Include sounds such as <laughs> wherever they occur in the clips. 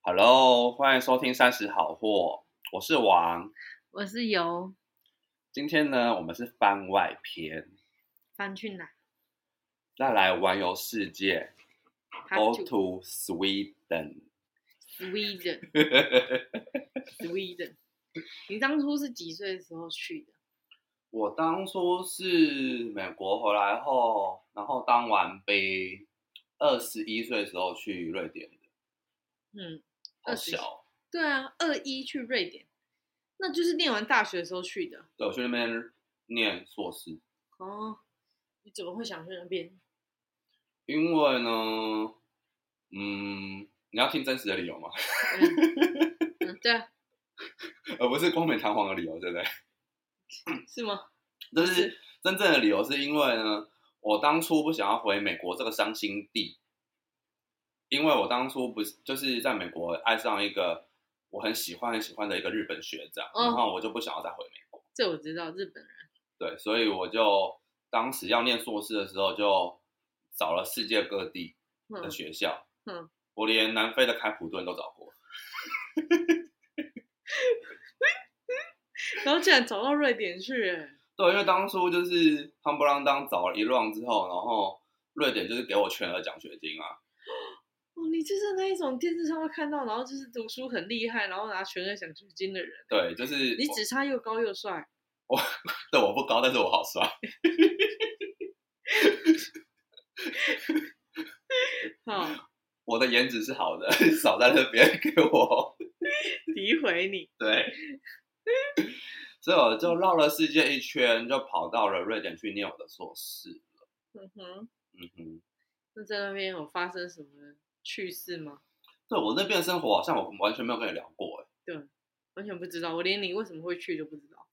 Hello，欢迎收听三十好货，我是王。我是由今天呢，我们是番外篇，翻去哪再来玩游世界 Part ，Go to Sweden。 Sweden Sweden。你当初是几岁的时候去的？我当初是美国回来后，然后当完兵，二十一岁的时候去瑞典的，嗯，好21小。对啊，二一去瑞典，那就是念完大学的时候去的。对，我去那边念硕士，哦，你怎么会想去那边？因为呢，嗯，你要听真实的理由吗？ <laughs> 嗯， <laughs> 嗯对啊，而不是光冕堂皇的理由，对不对？是吗？但是是真正的理由是因为呢，我当初不想要回美国这个伤心地，因为我当初不是就是在美国爱上一个我很喜欢很喜欢的一个日本学长，哦然后我就不想要再回美国，这我知道，日本人。对，所以我就当时要念硕士的时候就找了世界各地的嗯，学校，嗯我连南非的开普敦都找过，然后竟然找到瑞典去，哎对，因为当初就是夯不啷当找了一 round 之后，然后瑞典就是给我全额奖学金啊。哦，你就是那一种电视上会看到，然后就是读书很厉害，然后拿全额奖学金的人。对，就是你我只差又高又帅，对我不高，但是我好帅。好、我的颜值是好的， <laughs> 少在那边给我。 <laughs> 诋毁你。对，所以我就绕了世界一圈，就跑到了瑞典去念我的硕士。嗯哼，嗯哼，那在那边有发生什么趣事吗？对我那边的生活好像我完全没有跟你聊过哎。完全不知道，我连你为什么会去都不知道。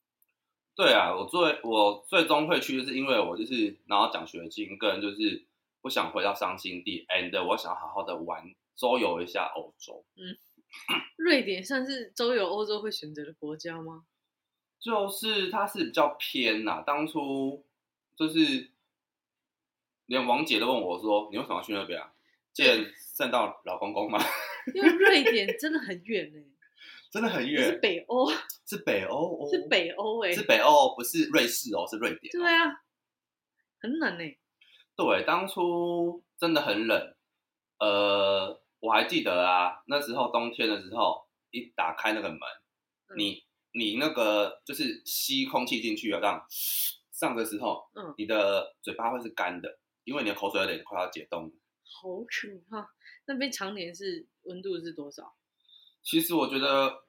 对啊，我最我最终会去，就是因为我就是拿到奖学金，个人就是不想回到伤心地，and 我想好好的玩周游一下欧洲。瑞典算是周游欧洲会选择的国家吗？就是它是比较偏呐、当初就是连王姐都问我说：“你为什么要去那边啊？见圣诞老公公吗 <laughs> 因为瑞典真的很远呢、？”真的很这 <laughs> 是远，北欧，是北欧哦，是北欧哎、是北欧，不是瑞士哦，是瑞典。对啊，很冷哎、对，当初真的很冷，呃，我还记得啊，那时候冬天的时候，一打开那个门，嗯你你那个就是吸空气进去啊，这样上的时候，嗯你的嘴巴会是干的，因为你的口水有点快要解冻了。好可怕。那边常年是温度是多少？其实我觉得，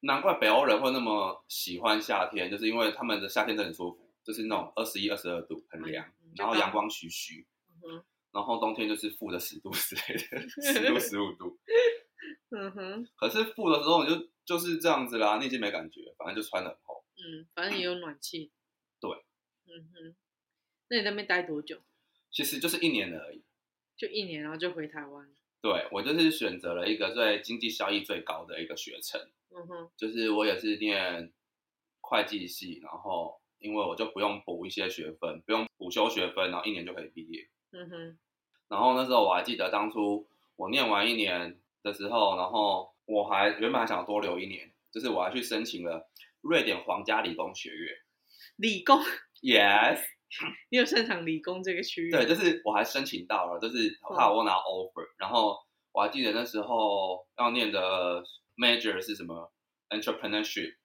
难怪北欧人会那么喜欢夏天，就是因为他们的夏天真的很舒服，就是那种二十一、二十二度，很凉，嗯然后阳光徐徐，嗯哼，然后冬天就是负的十度之类 <laughs> 的，十度、十五度。嗯哼，可是负的时候你就就是这样子啦，你已经没感觉，反正就穿的很厚。嗯，反正也有暖气。 <clears throat> 对，嗯哼。那你在那边待多久？其实就是一年而已。就一年，然后就回台湾。对我就是选择了一个最经济效益最高的一个学程，嗯哼，就是我也是念会计系，然后因为我就不用补一些学分，不用补修学分，然后一年就可以毕业。嗯哼，然后那时候我还记得，当初我念完一年的时候，然后我还原本还想多留一年，就是我还去申请了瑞典皇家理工学院。理工 Yes，你有擅长理工这个区域？对，就是我还申请到了，就是怕我拿 offer、然后我还记得那时候要念的 major 是什么 entrepreneurship，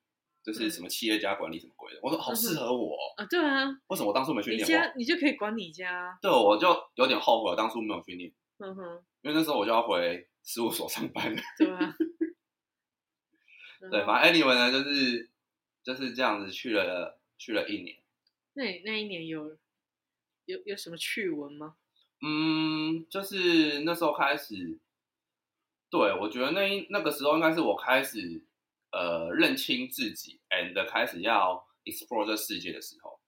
就是什么企业家管理什么鬼的。我说好适合我哦，啊，对啊，为什么我当初没去你念？我家你就可以管你家，对，我就有点后悔，我当初没有去念，嗯哼，因为那时候我就要回事务所上班了。对嗯啊， <laughs> 对，吧？反正 anyway 呢，就是就是这样子去了去了一年。那你那一年有有有什么趣闻吗？嗯，就是那时候开始，对我觉得那一那个时候应该是我开始呃认清自己，and 开始要 explore 这世界的时候。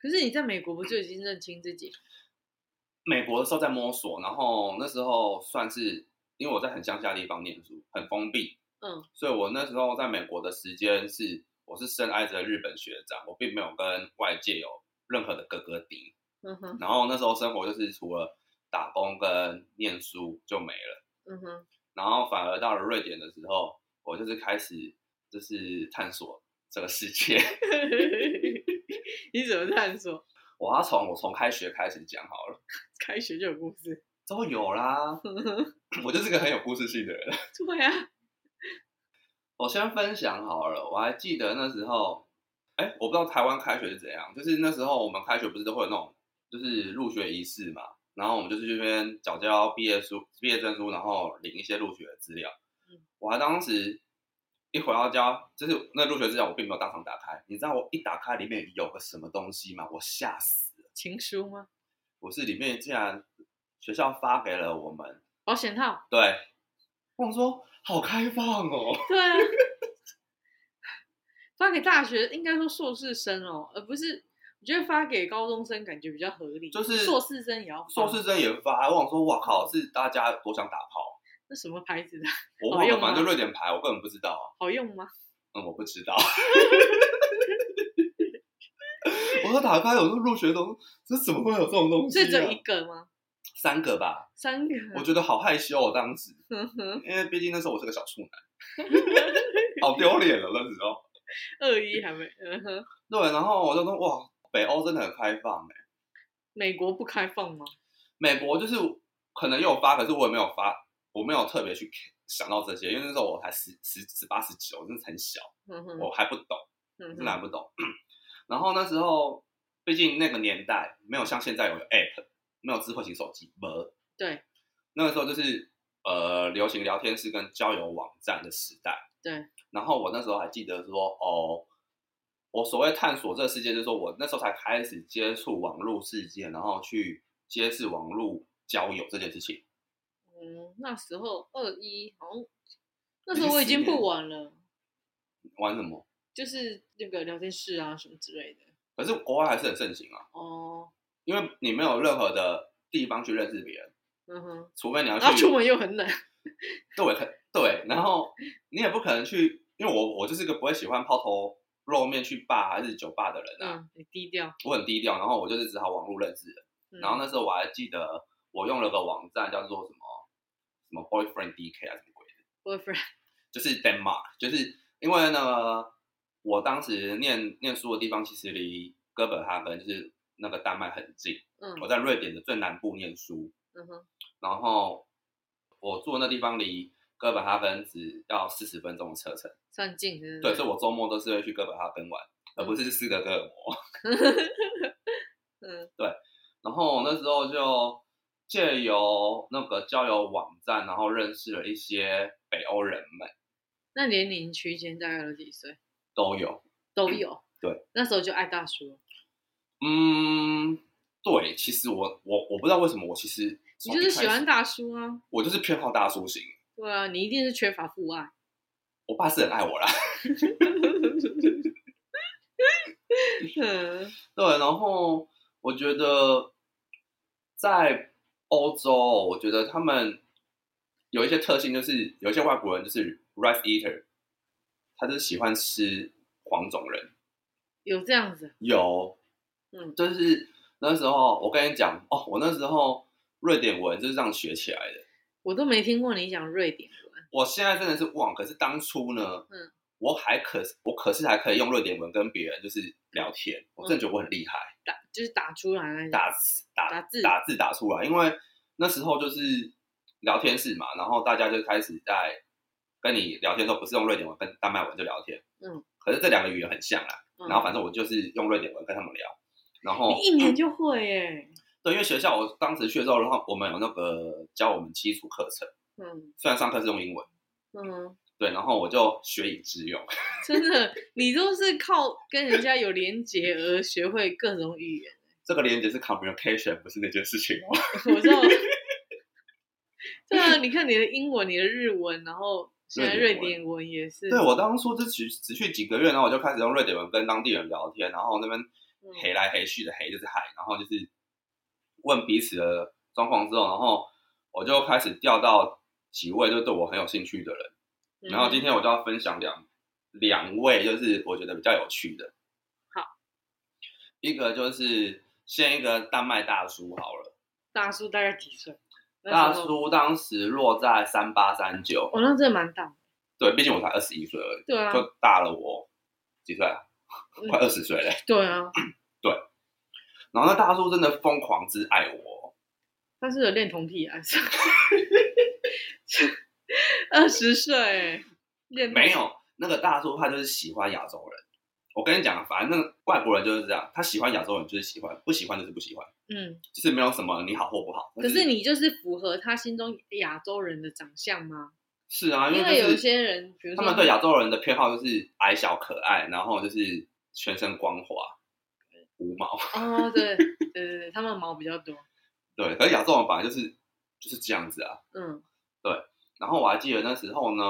可是你在美国不就已经认清自己？美国的时候在摸索，然后那时候算是因为我在很乡下的地方念书，很封闭，嗯所以我那时候在美国的时间是我是深爱着日本学长，我并没有跟外界有任何的哥哥敌。嗯哼然后那时候生活就是除了打工跟念书就没了。嗯哼， <laughs> 然后反而到了瑞典的时候，我就是开始就是探索这个世界。 <laughs> 你怎么探索？我要从我从开学开始讲好了，开学就有故事。都有啦。 <coughs> 我就是个很有故事性的人。对啊，我先分享好了，我还记得那时候，哎，我不知道台湾开学是怎样，就是那时候我们开学不是都会有那种就是入学仪式嘛，然后我们就是这边缴交毕业书、毕业证书，然后领一些入学的资料嗯。我还当时一回到家，就是那入学资料我并没有当场打开，你知道我一打开里面有个什么东西吗？我吓死了，情书吗？我是里面竟然学校发给了我们，保险套。对，我想说好开放哦。 <laughs> 对啊，发给大学应该说硕士生哦，而不是我觉得发给高中生感觉比较合理，就是硕士生也要硕发。士生也发，我想说，哇靠，是大家多想打炮，那什么牌子的？我好忘用了，吗反正就瑞典牌，我根本不知道，啊好用吗？嗯，我不知道。 <laughs> 我说打开，我说入学东，这怎么会有这种东西、所啊？以只有一嗯个吗？三个吧，三个？我觉得好害羞、哦，当时，呵呵，因为毕竟那时候我是个小处男， <laughs> 好丢脸哦了那时候。二一还没。嗯哼，对，然后我就说，哇，北欧真的很开放哎、美国不开放吗？美国就是可能有发，可是我也没有发，我没有特别去想到这些，因为那时候我才十十十八十九，真的很小，嗯哼，我还哦不懂。嗯是拿哼，不懂。然后那时候，毕竟那个年代没有像现在有 App，没有智慧型手机，没。对那个时候就是呃，流行聊天室跟交友网站的时代。对。然后我那时候还记得说，哦，我所谓探索这个世界，就是说我那时候才开始接触网络世界，然后去揭示网络交友这件事情。嗯，那时候二一好像，那时候我已经不玩了，玩什么？就是那个聊天室啊什么之类的。可是国外还是很盛行啊，哦，因为你没有任何的地方去认识别人，嗯哼，除非你要去然后出门又很冷，对，可对，然后你也不可能去，因为我我就是个不会喜欢抛头露面去吧还是酒吧的人啊，嗯，你低调。我很低调，然后我就是只好网络认识人。嗯然后？那时候我还记得我用了个网站叫做什么什么 Boyfriend DK 啊什么鬼的，嗯 boyfriend 就是 Denmark，就是因为呢，我当时念念书的地方其实离哥本哈根就是那个丹麦很近，嗯我在瑞典的最南部念书，嗯哼，然后我住的那地方离哥本哈根只要四十分钟的车程，算近是不对，是所以我周末都是会去哥本哈根玩，而不是斯德哥尔摩。 <laughs> 嗯然后我那时候就借由那个交友网站，然后认识了一些北欧人们，那年龄区间大概有几岁？都有。都有。 <clears throat> 对，那时候就爱大叔了。嗯，对，其实我我我不知道为什么，我其实你从就是一开喜欢始，大叔啊？我就是偏好大叔型。对啊，你一定是缺乏父爱。 <laughs> 我爸是很爱我啦，嗯对，然后我觉得在欧洲，哦我觉得他们有一些特性，就是有一些外国人就是 rice eater，他就是喜欢吃黄种人。有这样子，有，嗯就是那时候我跟你讲哦，我那时候瑞典文就是这样学起来的。我都没听过你讲瑞典文。我现在真的是忘，可是当初呢，嗯，我还可是我可是还可以用瑞典文跟别人就是聊天，我真的觉得我很厉害。打就是打出来那种打字打打字打字打出来，因为那时候就是聊天室嘛，然后大家就开始在跟你聊天的时候，不是用瑞典文跟丹麦文就聊天，嗯，可是这两个语言很像啦，嗯然后反哦正我就是用瑞典文跟他们聊，然后你一年就会耶、对，因为学校我当时去的时候，然后我们有那个教我们基础课程，嗯虽然上课是用英文，嗯，对，然后我就学以致用， <laughs> 真的，你都是靠跟人家有连结而学会各种语言。这个连接是 communication，不是那件事情哦，我知道，对啊，你看你的英文、你的日文，然后现在瑞瑞典文典文也是。对我当初就只只去几个月，然后我就开始用瑞典文跟当地人聊天，然后那边嗯黑来黑去的黑就是嗨，然后就是问彼此的状况之后，然后我就开始调到几位就对我很有兴趣的人，嗯然后今天我就要分享两两位，就是我觉得比较有趣的。好，一个就是先一个丹麦大叔好了，大叔大概几岁？那大时候哦叔当时落在三八三九，我那真的蛮大的，对，毕竟我才二十一岁而已，对啊，就大了我几岁啊？嗯快二十岁嘞。对啊，然后那大叔真的疯狂之爱我，但是有恋童癖啊， <laughs> 二十岁恋童没有那个大叔他就是喜欢亚洲人。我跟你讲，啊反正那个外国人就是这样，他喜欢亚洲人就是喜欢，不喜欢就是不喜欢，嗯，就是没有什么你好或不好。可但是你就是符合他心中亚洲人的长相吗？是啊，因因为为有就一是些人，比如他说们对亚洲人的偏好就是矮小可爱，然后就是全身光滑，无毛。哦，对对对对，他们毛比较多，对，可是亚洲人本来就是就是这样子啊。嗯然后我还记得那时候呢，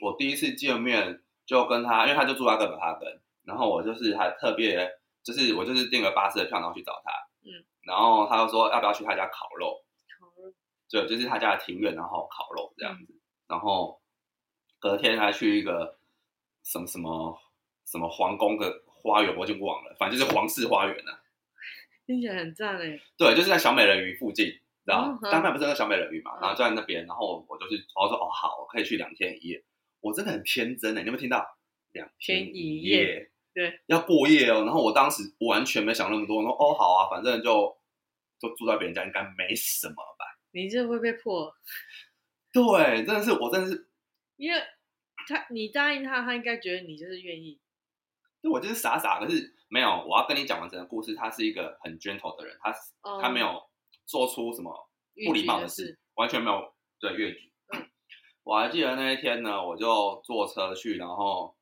我第一次见面就跟他，因为他就住在哥本哈根，然后我就是还特别就是我就是订了巴士的票，然后去找他，嗯，然后他就说要不要去他家烤肉，嗯好了对，就是他家的庭院，然后烤肉这样子，然后隔天还去一个什么什么什么皇宫的花园，我就忘了，反正就是皇室花园啊，听起来很赞哎，对，就是在小美人鱼附近，然后嗯哼丹麦不是那个小美人鱼嘛，嗯然后就在那边，然后我就去，我就说哦好，我可以去两天一夜。我真的很天真欸的，你有没有听到？两天一一夜，对，要过夜哦。然后我当时完全没想那么多，我说哦好啊，反正就就住在别人家，应该没什么吧。你这会被破，对，真的是我真的是，因为他你答应他，他应该觉得你就是愿意，对我就是傻傻，可是没有。我要跟你讲完整个故事，他是一个很 gentle 的人，他是哦他没有做出什么不礼貌的逾矩的嗯事，完全没有对越矩。我还记得那一天呢，我就坐车去，然后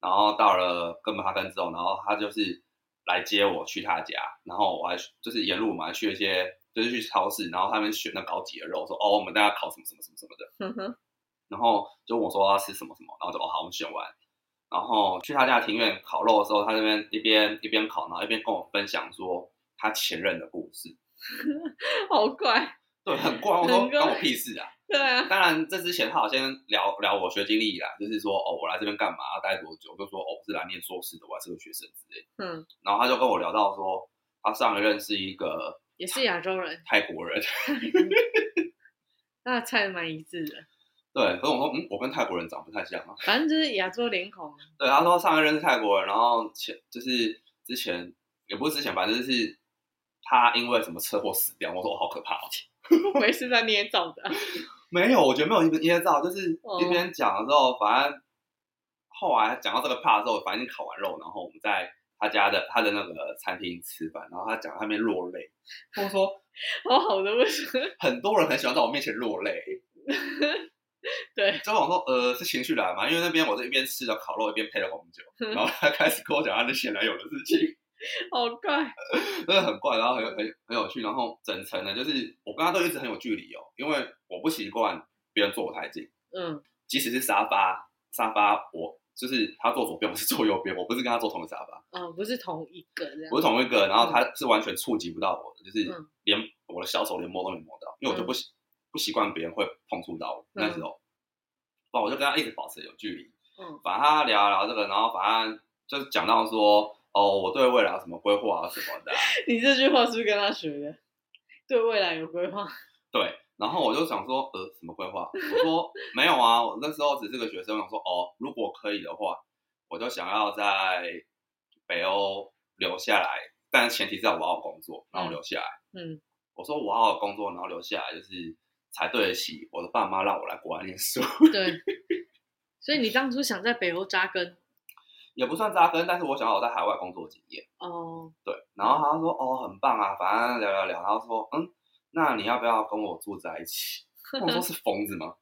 然后到了哥本哈根之后，然后他就是来接我去他家，然后我还去就是沿路我们还去一些就是去超市，然后他们选那高级的肉，说哦我们大家烤什么什么什么什么的，呵呵，然后就问我说要吃什么什么，然后就哦好我们选完。然后去他家庭院烤肉的时候，他那边一边一边烤，然后一边跟我分享说他前任的故事。好怪，对，很怪。我说很怪关我屁事啊！对啊， <laughs> 当然，这之前他好像聊聊我学经历啦，就是说哦，我来这边干嘛，待多久？就说哦，我是来念硕士的，我还是个学生之类的。嗯，然后他就跟我聊到说，他上一任是一个也是亚洲人，泰国人， <laughs> 那菜蛮一致的，对。可是我说，嗯，我跟泰国人长不太像啊。反正就是亚洲脸孔啊，对，他说上一任是泰国人，然后前就是之前也不是之前，反正就是他因为什么车祸死掉。我说我、哦、好可怕哦。没事，那你也找的啊，没有，我觉得没有一捏造，就是哦一边讲的时候，反正后来讲到这个 part 之后，反正烤完肉，然后我们在他家的他的那个餐厅吃饭，然后他讲他那边落泪，我说好好的为什么？很多人很喜欢在我面前落泪， <laughs> 对，就我说呃是情绪来嘛，因为那边我是一边吃着烤肉一边配了红 <laughs> 酒，然后他开始跟我讲他的前男友的事情，好怪，真的很怪，然后很很很有趣，然后整层呢就是我跟他都一直很有距离哦，因为我不习惯别人坐我太近。嗯，即使是沙发，沙发我就是他坐左边，我是坐右边，我不是跟他坐同一个沙发，哦，不是同一个这样我，是同一个，然后他是完全触及不到我的，就是嗯连我的小手连摸都没摸到，因为我就不习、不习惯别人会碰触到我嗯那时候，反正我就跟他一直保持有距离，嗯反正他聊啊聊这个，然后反正就是讲到说。哦，我对未来有什么规划啊什么的啊、你这句话是不是跟他学的？对未来有规划，对，然后我就想说，呃，什么规划？我说没有啊，我那时候只是个学生，我想说，哦，如果可以的话，我就想要在北欧留下来，但前提是要我要有工作，然后留下来。嗯，我说我要有工作，然后留下来，就是才对得起我的爸妈让我来国外念书， <laughs> 对，所以你当初想在北欧扎根，也不算扎根，但是我想要有在海外工作经验。 <laughs> 哦，对，然后他说，哦，很棒啊，反正聊聊聊，然后说，嗯，那你要不要跟我住在一起？ <laughs> 跟我说是疯子吗？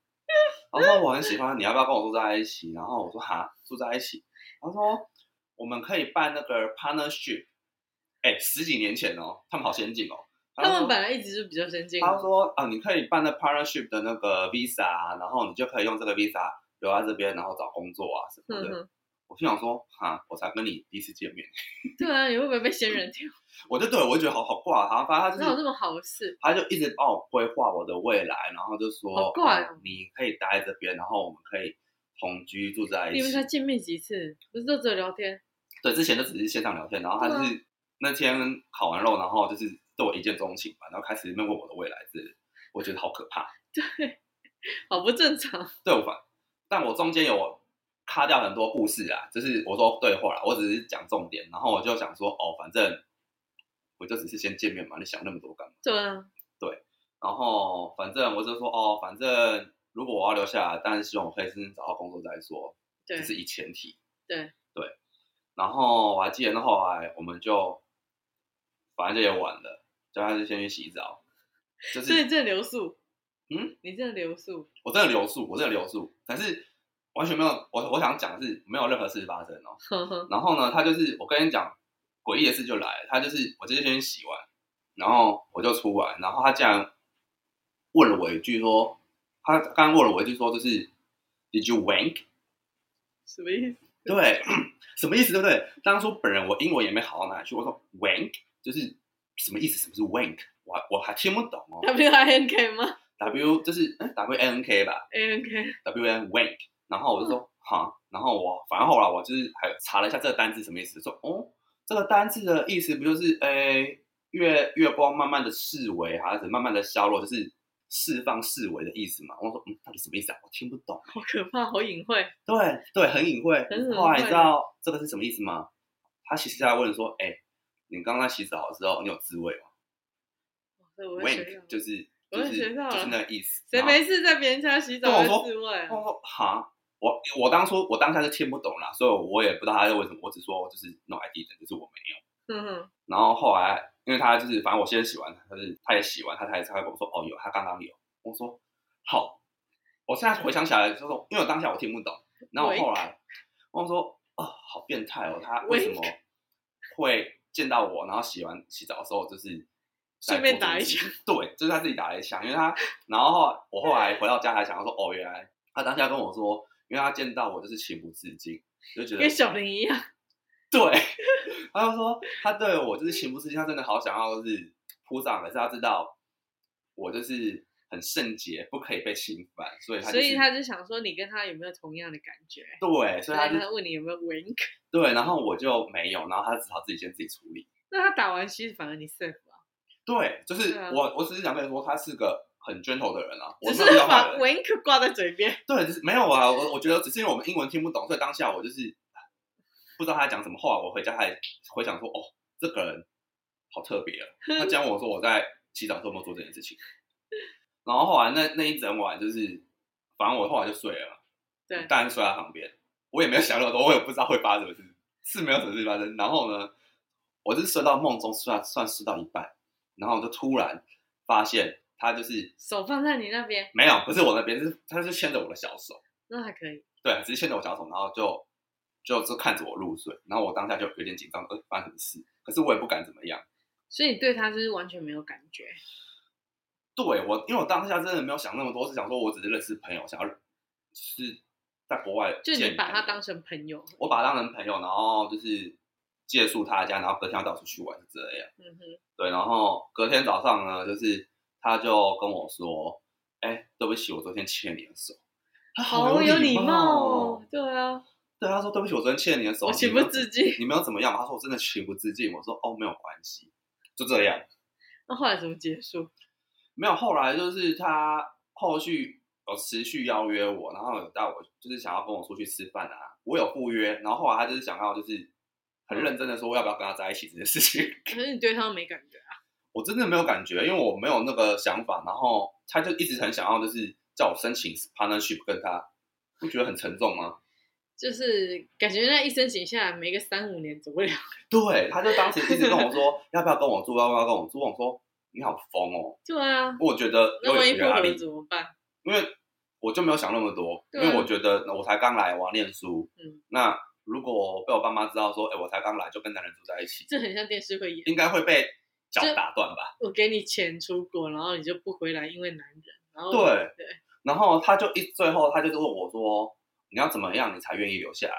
然后说我很喜欢，你要不要跟我住在一起？然后我说哈，住在一起。他说我们可以办那个 partnership。哎，十几年前哦，他们好先进哦。他就们说本来一直就比较先进，他说啊、你可以办那 partnership 的那个 visa，然后啊你就可以用这个 visa 留在这边，然后找工作啊什么嗯的。哼，我心想说哈，我才跟你第一次见面， <laughs> 对啊，你会不会被仙人跳？ <laughs> 我就对我就觉得好好挂啊，反正他就哪有是这么好的事？他就一直帮我规划我的未来，然后就说、好怪哦呃你可以待在这边，然后我们可以同居住在你一们起才。见面几次，不是都只有聊天？对，之前就只是线上聊天，然后他啊就是、那天烤完肉，然后就是对我一见钟情嘛，然后开始问我的未来之类的。我觉得好可怕。好不正常。对我反，但我中间有卡掉很多故事啊，就是我说对话啦，我只是讲重点，然后我就想说，哦，反正我就只是先见面嘛，你想那么多干嘛？对啊，然后反正我就说，哦，反正如果我要留下来，但是希望我可以先找到工作再说，对这是以前提。对对，然后我还记得那后来我们就反正就也晚了，叫他就先去洗澡，就所以是你真的留宿。嗯，你真的留宿。我真的留宿，我真的留宿，但是完全没有我我想讲的是没有任何事发生哦。呵呵，然后呢，他就是我跟你讲，诡异的事就来了，他就是我就是先洗完，然后我就出来，然后他竟然问了我一句说，他刚刚问了我一句说，就是 Did you wank？ <laughs> 什么意思？对， <coughs> 什么意思？对不对？当初本人我英文也没好到哪里去，我说 wank 就是什么意思？什么是 wank？我还我还听不懂哦。 W I N K 吗 W 就是嗯 W A N K 吧， ？A N K W N wank，然后我就嗯说哈，然后我反正后来我就是还查了一下这个单字什么意思，说哦，这个单字的意思不就是诶月月光慢慢的视为还是慢慢的消落，就是释放视为的意思嘛？我说嗯，到底什么意思啊？我听不懂。好可怕，好隐晦。对对，很隐晦很隐。晦后来你知道这个是什么意思吗？他其实在问说，哎，你刚刚洗澡的时候，你有自慰吗对我会学？wank 到就是我就也是学到就是了那个意思。谁然后没事在别人家洗澡跟我会说哦自慰啊？我说哈，我我当初我当下是听不懂啦，所以我也不知道他在问什么，我只说就是 no I didn't，就是我没有。哼哼，然后后来因为他就是反正我先洗完，他就是他也洗完，他才才会跟我说哦有，他刚刚有。我说好，我现在回想起来就是因为我当下我听不懂，然后我后来我说哦好变态哦，他为什么会见到我，然后洗完洗澡的时候就是。顺便打一枪，对，就是他自己打了一枪，因为他，然后后来我后来回到家才想到说，哦，原来他当下跟我说，因为他见到我就是情不自禁，就觉得跟小林一样，对，他就说他对我就是情不自禁，他真的好想要就是扑上，可是他知道我就是很圣洁，不可以被侵犯，所 <laughs> 以他、就所是、以他就想说你跟他有没有同样的感觉？对，所以他就他问你有没有 wink，对，然后我就没有，然后他只好自己先自己处理。那他打完其实反而你 safe 啊，对，就是对啊我，我只是想跟你说，他是个很 gentle 的人啊，我只没是有要骂把人。 wink 挂在嘴边。对，就是没有啊，我我觉得只是因为我们英文听不懂，所以当下我就是不知道他在讲什么话。我回家还回想说，哦，这个人好特别啊。他讲我说我在洗澡的时候有没有做这件事情。然后后来那那一整晚就是，反正我后来就睡了嘛，对当然是睡在他旁边，我也没有想那么多，我也不知道会发生什么事，是没有什么事发生。然后呢，我是睡到梦中，算算睡到一半，然后我就突然发现他就是手放在你那边，没有，不是我那边，是他是牵着我的小手。那还可以。对，只是牵着我小手，然后就就就看着我入睡，然后我当下就有点紧张，呃，发生什么事？可是我也不敢怎么样。所以你对他就是完全没有感觉，对我，因为我当下真的没有想那么多，是想说我只是认识朋友，想要就是在国外就见你把他朋友当成朋友。我把他当成朋友，然后就是借宿他家，然后隔天要到处去玩，是这样。嗯哼，对，然后隔天早上呢，就是他就跟我说：“哎，对不起，我昨天牵你的手。”他好有礼礼貌貌哦。。对啊，对，他说：“对不起，我昨天牵你的手。”我情不自禁。你没有怎么样吗？他说我真的情不自禁。我说哦，没有关系，就这样。那后来怎么结束？没有，后来就是他后续有持续邀约我，然后有带我，就是想要跟我出去吃饭啊。我有赴约，然后后来他就是想要就是很认真的说要不要跟他在一起这件事情。 <laughs> 可是你对他没感觉啊，我真的没有感觉，因为我没有那个想法。然后他就一直很想要就是叫我申请 partnership 跟他，不觉得很沉重吗？就是感觉那一申请下来，没个三五年走不了。对，他就当时一直跟我 <laughs> 说要不要跟我住，要不要跟我住。我说你好疯哦，对啊，我觉得那有万一点不压力合。怎么办？因为我就没有想那么多，对啊因为我觉得我才刚来，我要念书。嗯那如果被我爸妈知道说，哎、我才刚来就跟男人住在一起，这很像电视会演，应该会被脚这打断吧？我给你钱出国，然后你就不回来，因为男人。然后对哦对，然后他就一最后他就是问我说，你要怎么样你才愿意留下来，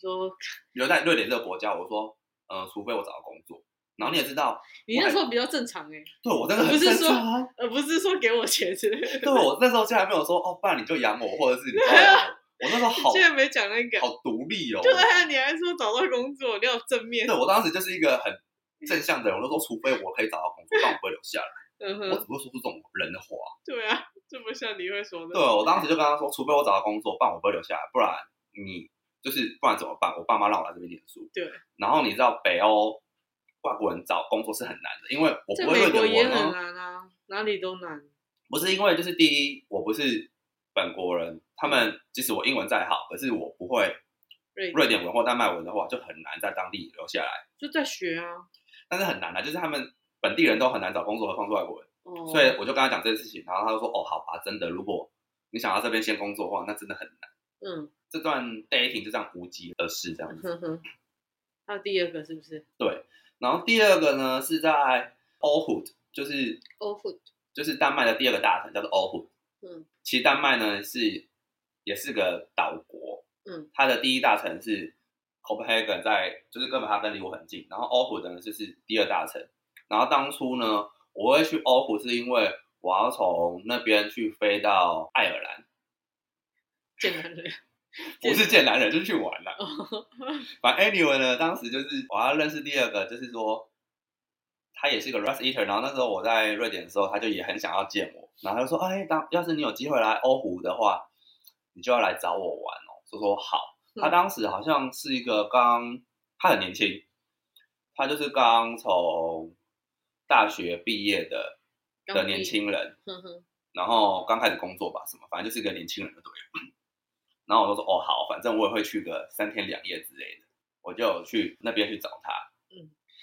说留在瑞典这个国家？我说，呃，除非我找到工作。然后你也知道，你那时候比较正常哎、对我真的很不是正说常。而不是说给我钱 <laughs> 之类的。对我那时候竟然没有说，哦，不然你就养我，或者是你包养我。我那时候 <laughs> 好现在没讲那个，好独立哦。对啊，你还说找到工作，你有正面对，我当时就是一个很正向的人，我都说，除非我可以找到工作，但我不会留下来。嗯我哼，只会说出这种人的话。 <laughs> 对啊，这不像你会说的。对，啊我当时就跟他说，除非我找到工作，不然我不会留下来，不然你就是不然怎么办？我爸妈让我来这边念书。对。然后你知道北欧外国人找工作是很难的，因为我在不会美瑞国典也文很啊，难啊，哪里都难。不是因为就是第一，我不是本国人，他们即使我英文再好，可是我不会瑞瑞典文或丹麦文的话，就很难在当地留下来。就在学啊。但是很难啊，就是他们本地人都很难找工作，何况是外国人。哦，所以我就跟他讲这件事情，然后他就说：“哦，好吧，真的，如果你想要这边先工作的话，那真的很难。”嗯，这段 dating 就这样无疾而逝这样子。哼哼。还有第二个是不是然后第二个呢是在 o h u d 就是？O foot，就是丹麦的第二个大城叫做 o h u d 嗯其实丹麦呢是也是个岛国，嗯，它的第一大城是 Copenhagen，在就是哥本哈根离我很近，然后 o h u d 呢就是第二大城。然后当初呢，我会去 o h u d 是因为我要从那边去飞到爱尔兰，见男人。 <laughs> 不是见男人就是去玩啦、哦，反正 anyway 呢，当时就是我要认识第二个，就是说他也是个 Rust Eater，然后那时候我在瑞典的时候，他就也很想要见我，然后他就说，哎，当要是你有机会来欧湖的话，你就要来找我玩哦。就说好，嗯他当时好像是一个刚，他很年轻，他就是刚从大学毕业的刚的毕业年轻人，哼哼，然后刚开始工作吧，什么，反正就是一个年轻人的队伍。然后我就说哦好，反正我也会去个三天两夜之类的，我就有去那边去找他。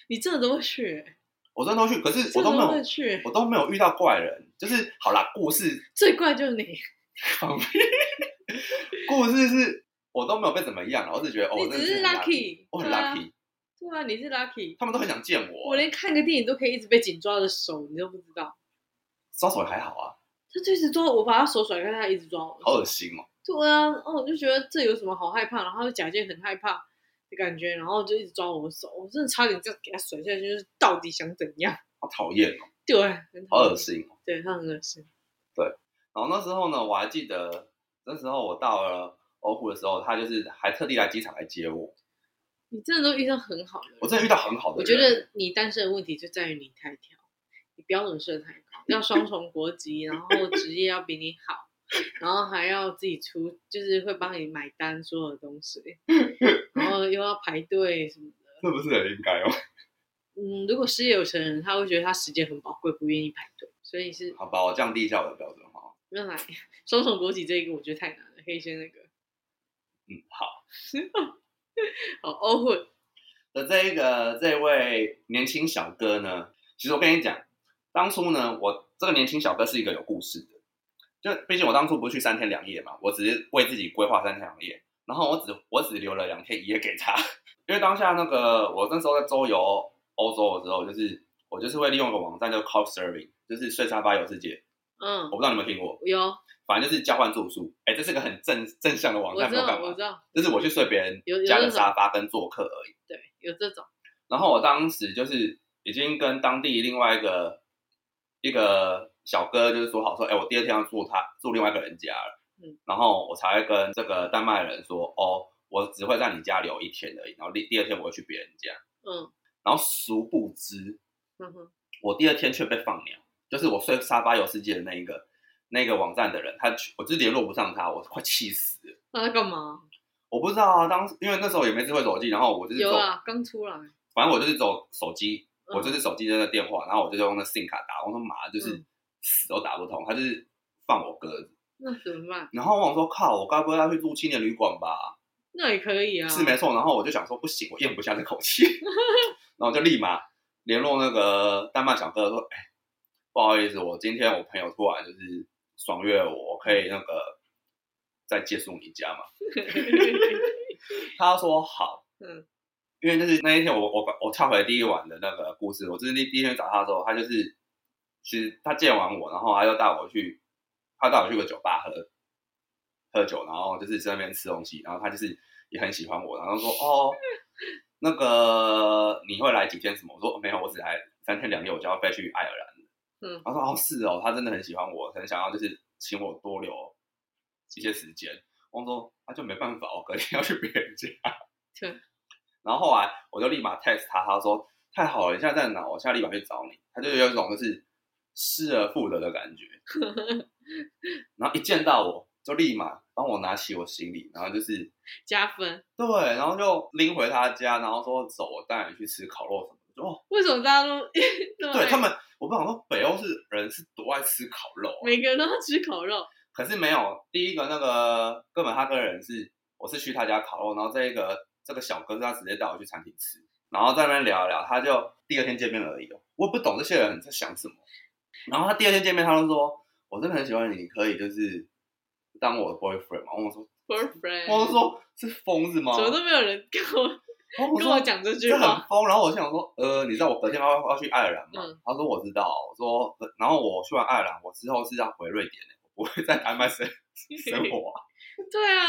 你真的都会去，我真的都去，可是我真都的没都会有，去我。都没有遇到怪人。就是好啦，故事最怪就是你，故事是我都没有被怎么样了，我只是觉得哦，你我真的只是很 lucky，我很对啊 lucky，对啊，你是 lucky。他们都很想见我。我连看个电影都可以一直被紧抓着手，你都不知道。双手也还好啊，他就一直抓我，我把他手甩开，他一直抓我。好恶心哦。对啊，哦，我就觉得这有什么好害怕，然后假借很害怕的感觉，然后就一直抓我的手，我真的差点这样给他甩下去，就是到底想怎样？ <laughs> 好讨厌哦，对，很好讨恶厌，心哦。对他很恶心。然后那时候呢，我还记得那时候我到了欧湖的时候，他就是还特地来机场来接我。你真的都遇到很好的人，我真的遇到很好的人，我觉得你单身的问题就在于你太挑，你标准设太高，要双重国籍，然后职业要比你好，然后还要自己出，就是会帮你买单所有的东西，然后又要排队什么的。这不是很应该哦？ <laughs> 嗯，如果事业有成人，他会觉得他时间很宝贵，不愿意排队，所以是好吧，我降低一下我的标准哈。没有来双重国籍这一个，我觉得太难了，可以先那个。嗯，好。好，欧混，那这一个这位年轻小哥呢，其实我跟你讲，当初呢，我这个年轻小哥是一个有故事的，就毕竟我当初不是去三天两夜嘛，我只是为自己规划三天两夜，然后我只我只留了两天一夜给他， <laughs> 因为当下那个我那时候在周游欧洲的时候，就是我就是会利用一个网站叫 Couchsurfing，就是睡沙发游世界，嗯我，不知道你们有没有听过，有，反正就是交换住宿，哎，这是个很正正向的网我站，知没有道，干嘛我知？道，就是我去睡别人有有家那的种沙发跟做客而已。对，有这种，然后我当时就是已经跟当地另外一个一个小哥就是说好说，哎，我第二天要住他住另外一个人家了，嗯，然后我才会跟这个丹麦人说，哦，我只会在你家留一天而已，然后第第二天我会去别人家。嗯，然后殊不知，哼哼，我第二天却被放鸟，就是我睡沙发游世界的那一个那个网站的人，他去我就联络不上他，我快气死了。那他干嘛？我不知道啊，当时因为那时候也没智慧手机，然后我就是有走啊，刚出来，反正我就是走手机，我就是嗯手机在那电话，然后我就用那 SIM 卡打，我说妈就是嗯死都打不通，他就是放我鸽子。那怎么办？然后我想说靠，我该不会要去住青年旅馆吧？那也可以啊，是没错。然后我就想说不行，我咽不下这口 <laughs> 气，然后我就立马联络那个丹麦小哥说，哎，不好意思，我今天我朋友突然就是爽约我，我可以那个再借宿你家嘛？他说好，嗯因为就是那一天我我我跳回第一晚的那个故事，我就是第第一天找他的时候，他就是其实他见完我，然后他就带我去，他带我去个酒吧喝喝酒，然后就是在那边吃东西，然后他就是也很喜欢我，然后说 <laughs> 哦，那个你会来几天什么？我说没有，我只来三天两夜，我就要飞去爱尔兰。嗯，他说哦是哦，他真的很喜欢我，很想要就是请我多留一些时间。我说那、就没办法，我隔天要去别人家。对，然后后来我就立马 text 他，他说太好了，你现在在哪？我现在立马去找你。他就有一种就是失而复得的感觉。然后一见到我就立马帮我拿起我行李，然后就是加分。对，然后就拎回他家，然后说走，我带你去吃烤肉什么的。就哦，为什么大家都那么对爱他们，我不想说北欧是人是多爱吃烤肉啊、 <laughs> 每个人都要吃烤肉？可是没有第一个那个哥本哈根人是，我是去他家烤肉，然后这一个这个小哥他直接带我去餐厅吃，然后在那边聊一聊，他就第二天见面而已哦，我也不懂这些人在想什么。然后他第二天见面，他就说：“我真的很喜欢你，你可以就是当我的 boyfriend 嘛。”我说：“ boyfriend，我说是疯子吗？”怎么都没有人跟我然后我跟说我讲这句这很话。疯。然后我就想说，呃，你知道我隔天要要去爱尔兰吗？嗯他说我知道。我说，呃然后我去完爱尔兰，我之后是要回瑞典的，我不会在丹麦 <laughs> 生生活啊、对啊，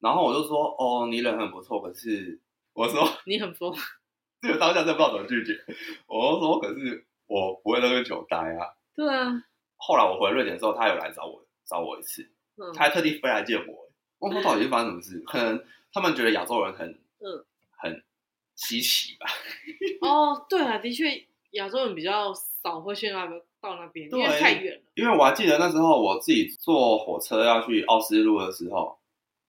然后我就说，哦，你人很不错，可是我说你很疯，这个当下真的不知道怎么拒绝。我就说，可是我不会在那边久待啊。对啊，后来我回瑞典之后，他有来找我找我一次，嗯他还特地飞来见我。我说到底是发生什么事？可能他们觉得亚洲人很嗯很稀奇吧。哦，对啊，的确亚洲人比较少会去那边到那边，因为对太远了。因为我还记得那时候我自己坐火车要去奥斯陆的时候，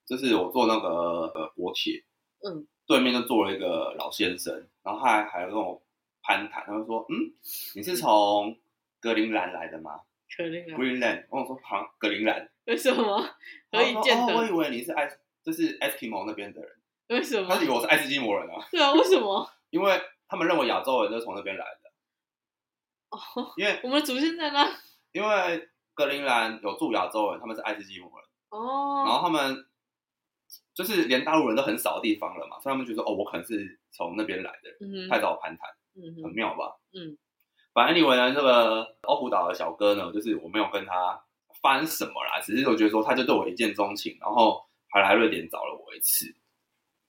就是我坐那个呃国铁，嗯，对面就坐了一个老先生，然后他还还跟我攀谈，他就说，嗯，你是从格陵兰来的吗可怜啊， ？Greenland，我想说好像格陵兰，为什么？然后何以说见哦，我以得？为你是爱，就是 Eskimo 那边的人，为什么他？以为我是爱斯基摩人啊，对啊，为什么？因为他们认为亚洲人就是从那边来的，哦， <laughs> 因为我们祖先在那。因为格陵兰有住亚洲人，他们是爱斯基摩人。然哦，后他们就是连大陆人都很少的地方了嘛，所以他们觉得哦，我可能是从那边来的，嗯太哼早攀谈，嗯很哼，妙吧？嗯，反正 anyway 呢，这个欧胡岛的小哥呢，就是我没有跟他翻什么啦，只是我觉得说他就对我一见钟情，然后还来瑞典找了我一次，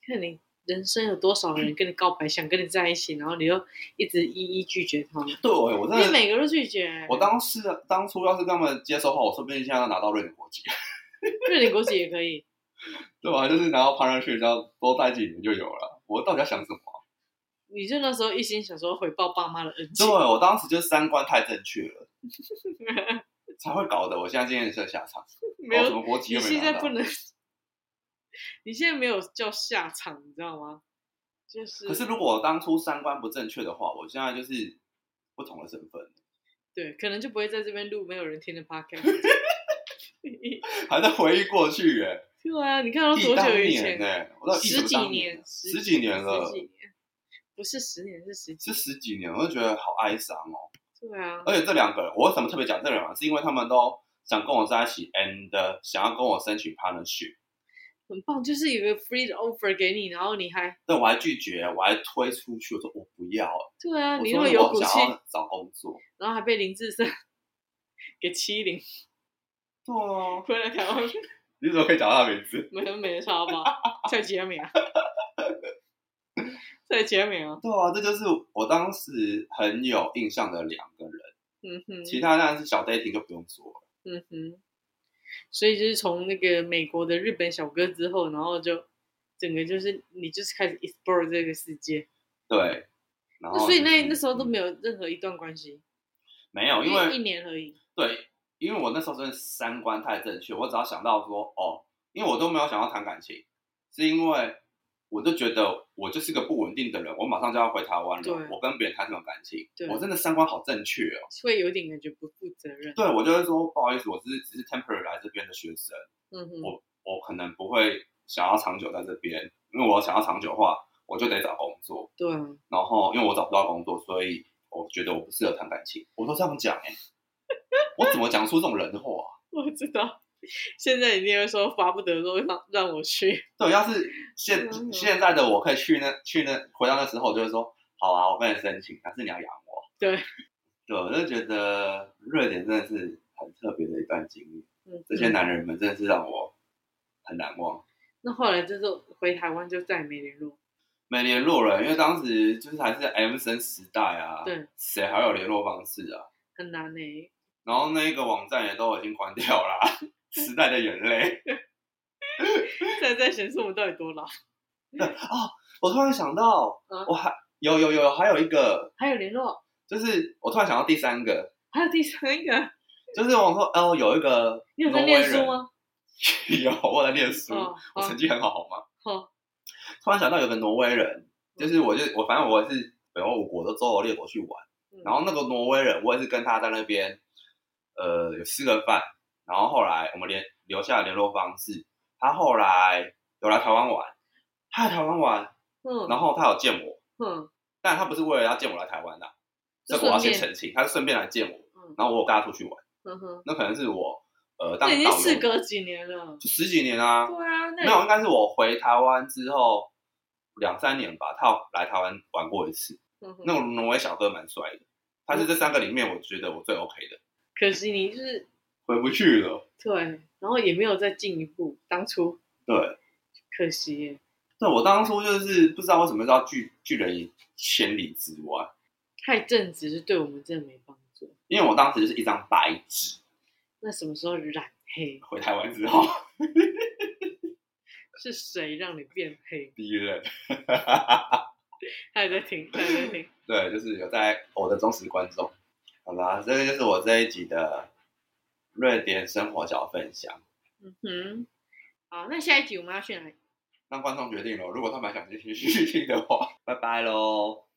看你人生有多少人跟你告白，想跟你在一起，然后你又一直一一拒绝他们，对我真你的。每个都拒绝。我当时当初要是跟他们接收的话，我说不定现在要拿到瑞典国籍， <laughs> 瑞典国籍也可以。对吧？就是拿到 partnership，然后多待几年就有了。我到底要想什么啊？你就那时候一心想说回报爸妈的恩对，情，我当时就是三观太正确 <laughs> 了，才会搞得我现在今天是下场。没哦什有，么国籍你又没现拿在到。不能，你现在没有叫下场，你知道吗？就是，可是如果我当初三观不正确的话，我现在就是不同的身份，对，可能就不会在这边录没有人听 <laughs> 的 podcast。还在回忆过去耶， <laughs> 对啊，你看到忆多当久以年前？哎，我到十几年年啊，，十几年了十，几年，不是十年，是十几是。十几年，我就觉得好哀伤哦。对啊，而且这两个人，我为什么特别讲这两个人，是因为他们都想跟我在一起，and 想要跟我申请 partnership，很棒，就是有个 free 的 offer 给你，然后你还但我还拒绝，我还推出去，我说我不要，对啊，我你说那么有我骨气，想要找工作，然后还被林志胜 <laughs> 给欺凌，对啊，回来台湾你怎么可以讲他的名字？没没差吧？蔡杰明 <laughs> 啊，蔡杰明啊，对啊，这就是我当时很有印象的两个人，嗯哼，其他当然是小 dating 就不用说了。嗯哼，所以就是从那个美国的日本小哥之后，然后就整个就是你就是开始 explore 这个世界，对，然那后所以就那是那时候都嗯没有任何一段关系，没有，因一为年而已，对，因为我那时候真的三观太正确，我只要想到说哦，因为我都没有想要谈感情，是因为我就觉得我就是个不稳定的人，我马上就要回台湾对了，我跟别人谈什么感情对？我真的三观好正确哦。会有点感觉不负责任，对，我就会说不好意思，我只是只是 temporary 来这边的学生。嗯哼，我我可能不会想要长久在这边，因为我想要长久的话，我就得找工作。对啊，然后因为我找不到工作，所以我觉得我不适合谈感情。我都这样讲哎、我怎么讲出这种人话、啊？ <laughs> 我知道，现在一定会说巴不得说让让我去，对，要是现嗯现在的我可以去那去那回到那时候，我就会说好啊，我跟你申请，但是你要养我。对， <laughs> 对，我就觉得瑞典真的是很特别的一段经历， <laughs> 嗯这些嗯男人们真的是让我很难忘。那后来就是回台湾就再也没联络，没联络了，因为当时就是还是 M 森时代啊，对，谁还有联络方式啊？很难呢、然后那个网站也都已经关掉啦， <laughs> 时代的眼泪。 <laughs> 现在在显示我们到底多老，我突然想到，嗯我还有有有还有一个，还有联络，就是我突然想到第三个，还有第三个，就是我说，哦，有一个你有挪在威念书人？吗？ <laughs> 有，我有在念书，哦，我好成绩很好，好吗？好，突然想到有个挪威人，就是我就我反正我是北欧五国都周游列国去玩，嗯然后那个挪威人，我也是跟他在那边，呃，有吃个饭，然后后来我们联留下了联络方式，他后来有来台湾玩，他来台湾玩，嗯，然后他有见我，嗯但他不是为了要见我来台湾的、就这个我要顺先便澄清，他是顺便来见我，嗯然后我有跟他出去玩，嗯哼，那可能是我呃当那已导经游事隔几年了，就十几年啊，对啊，没有，那应该是我回台湾之后两三年吧，他有来台湾玩过一次。嗯哼那个挪威小哥蛮帅的，他是这三个里面我觉得我最 OK 的。可惜你就是回不去了，对，然后也没有再进一步，当初对。可惜耶，对，我当初就是不知道为什么要拒拒人于千里之外，太正直是对我们真的没帮助。因为我当时就是一张白纸。那什么时候染黑？回台湾之后，是谁让你变黑？第一任，他也在听，他也在听。 <laughs> 对，就是有在我的忠实观众。好啦，这个就是我这一集的瑞典生活小分享，嗯哼，好，那下一集我们要去哪里？ <laughs> 让观众决定咯，如果他们还想继续听的话，拜拜喽。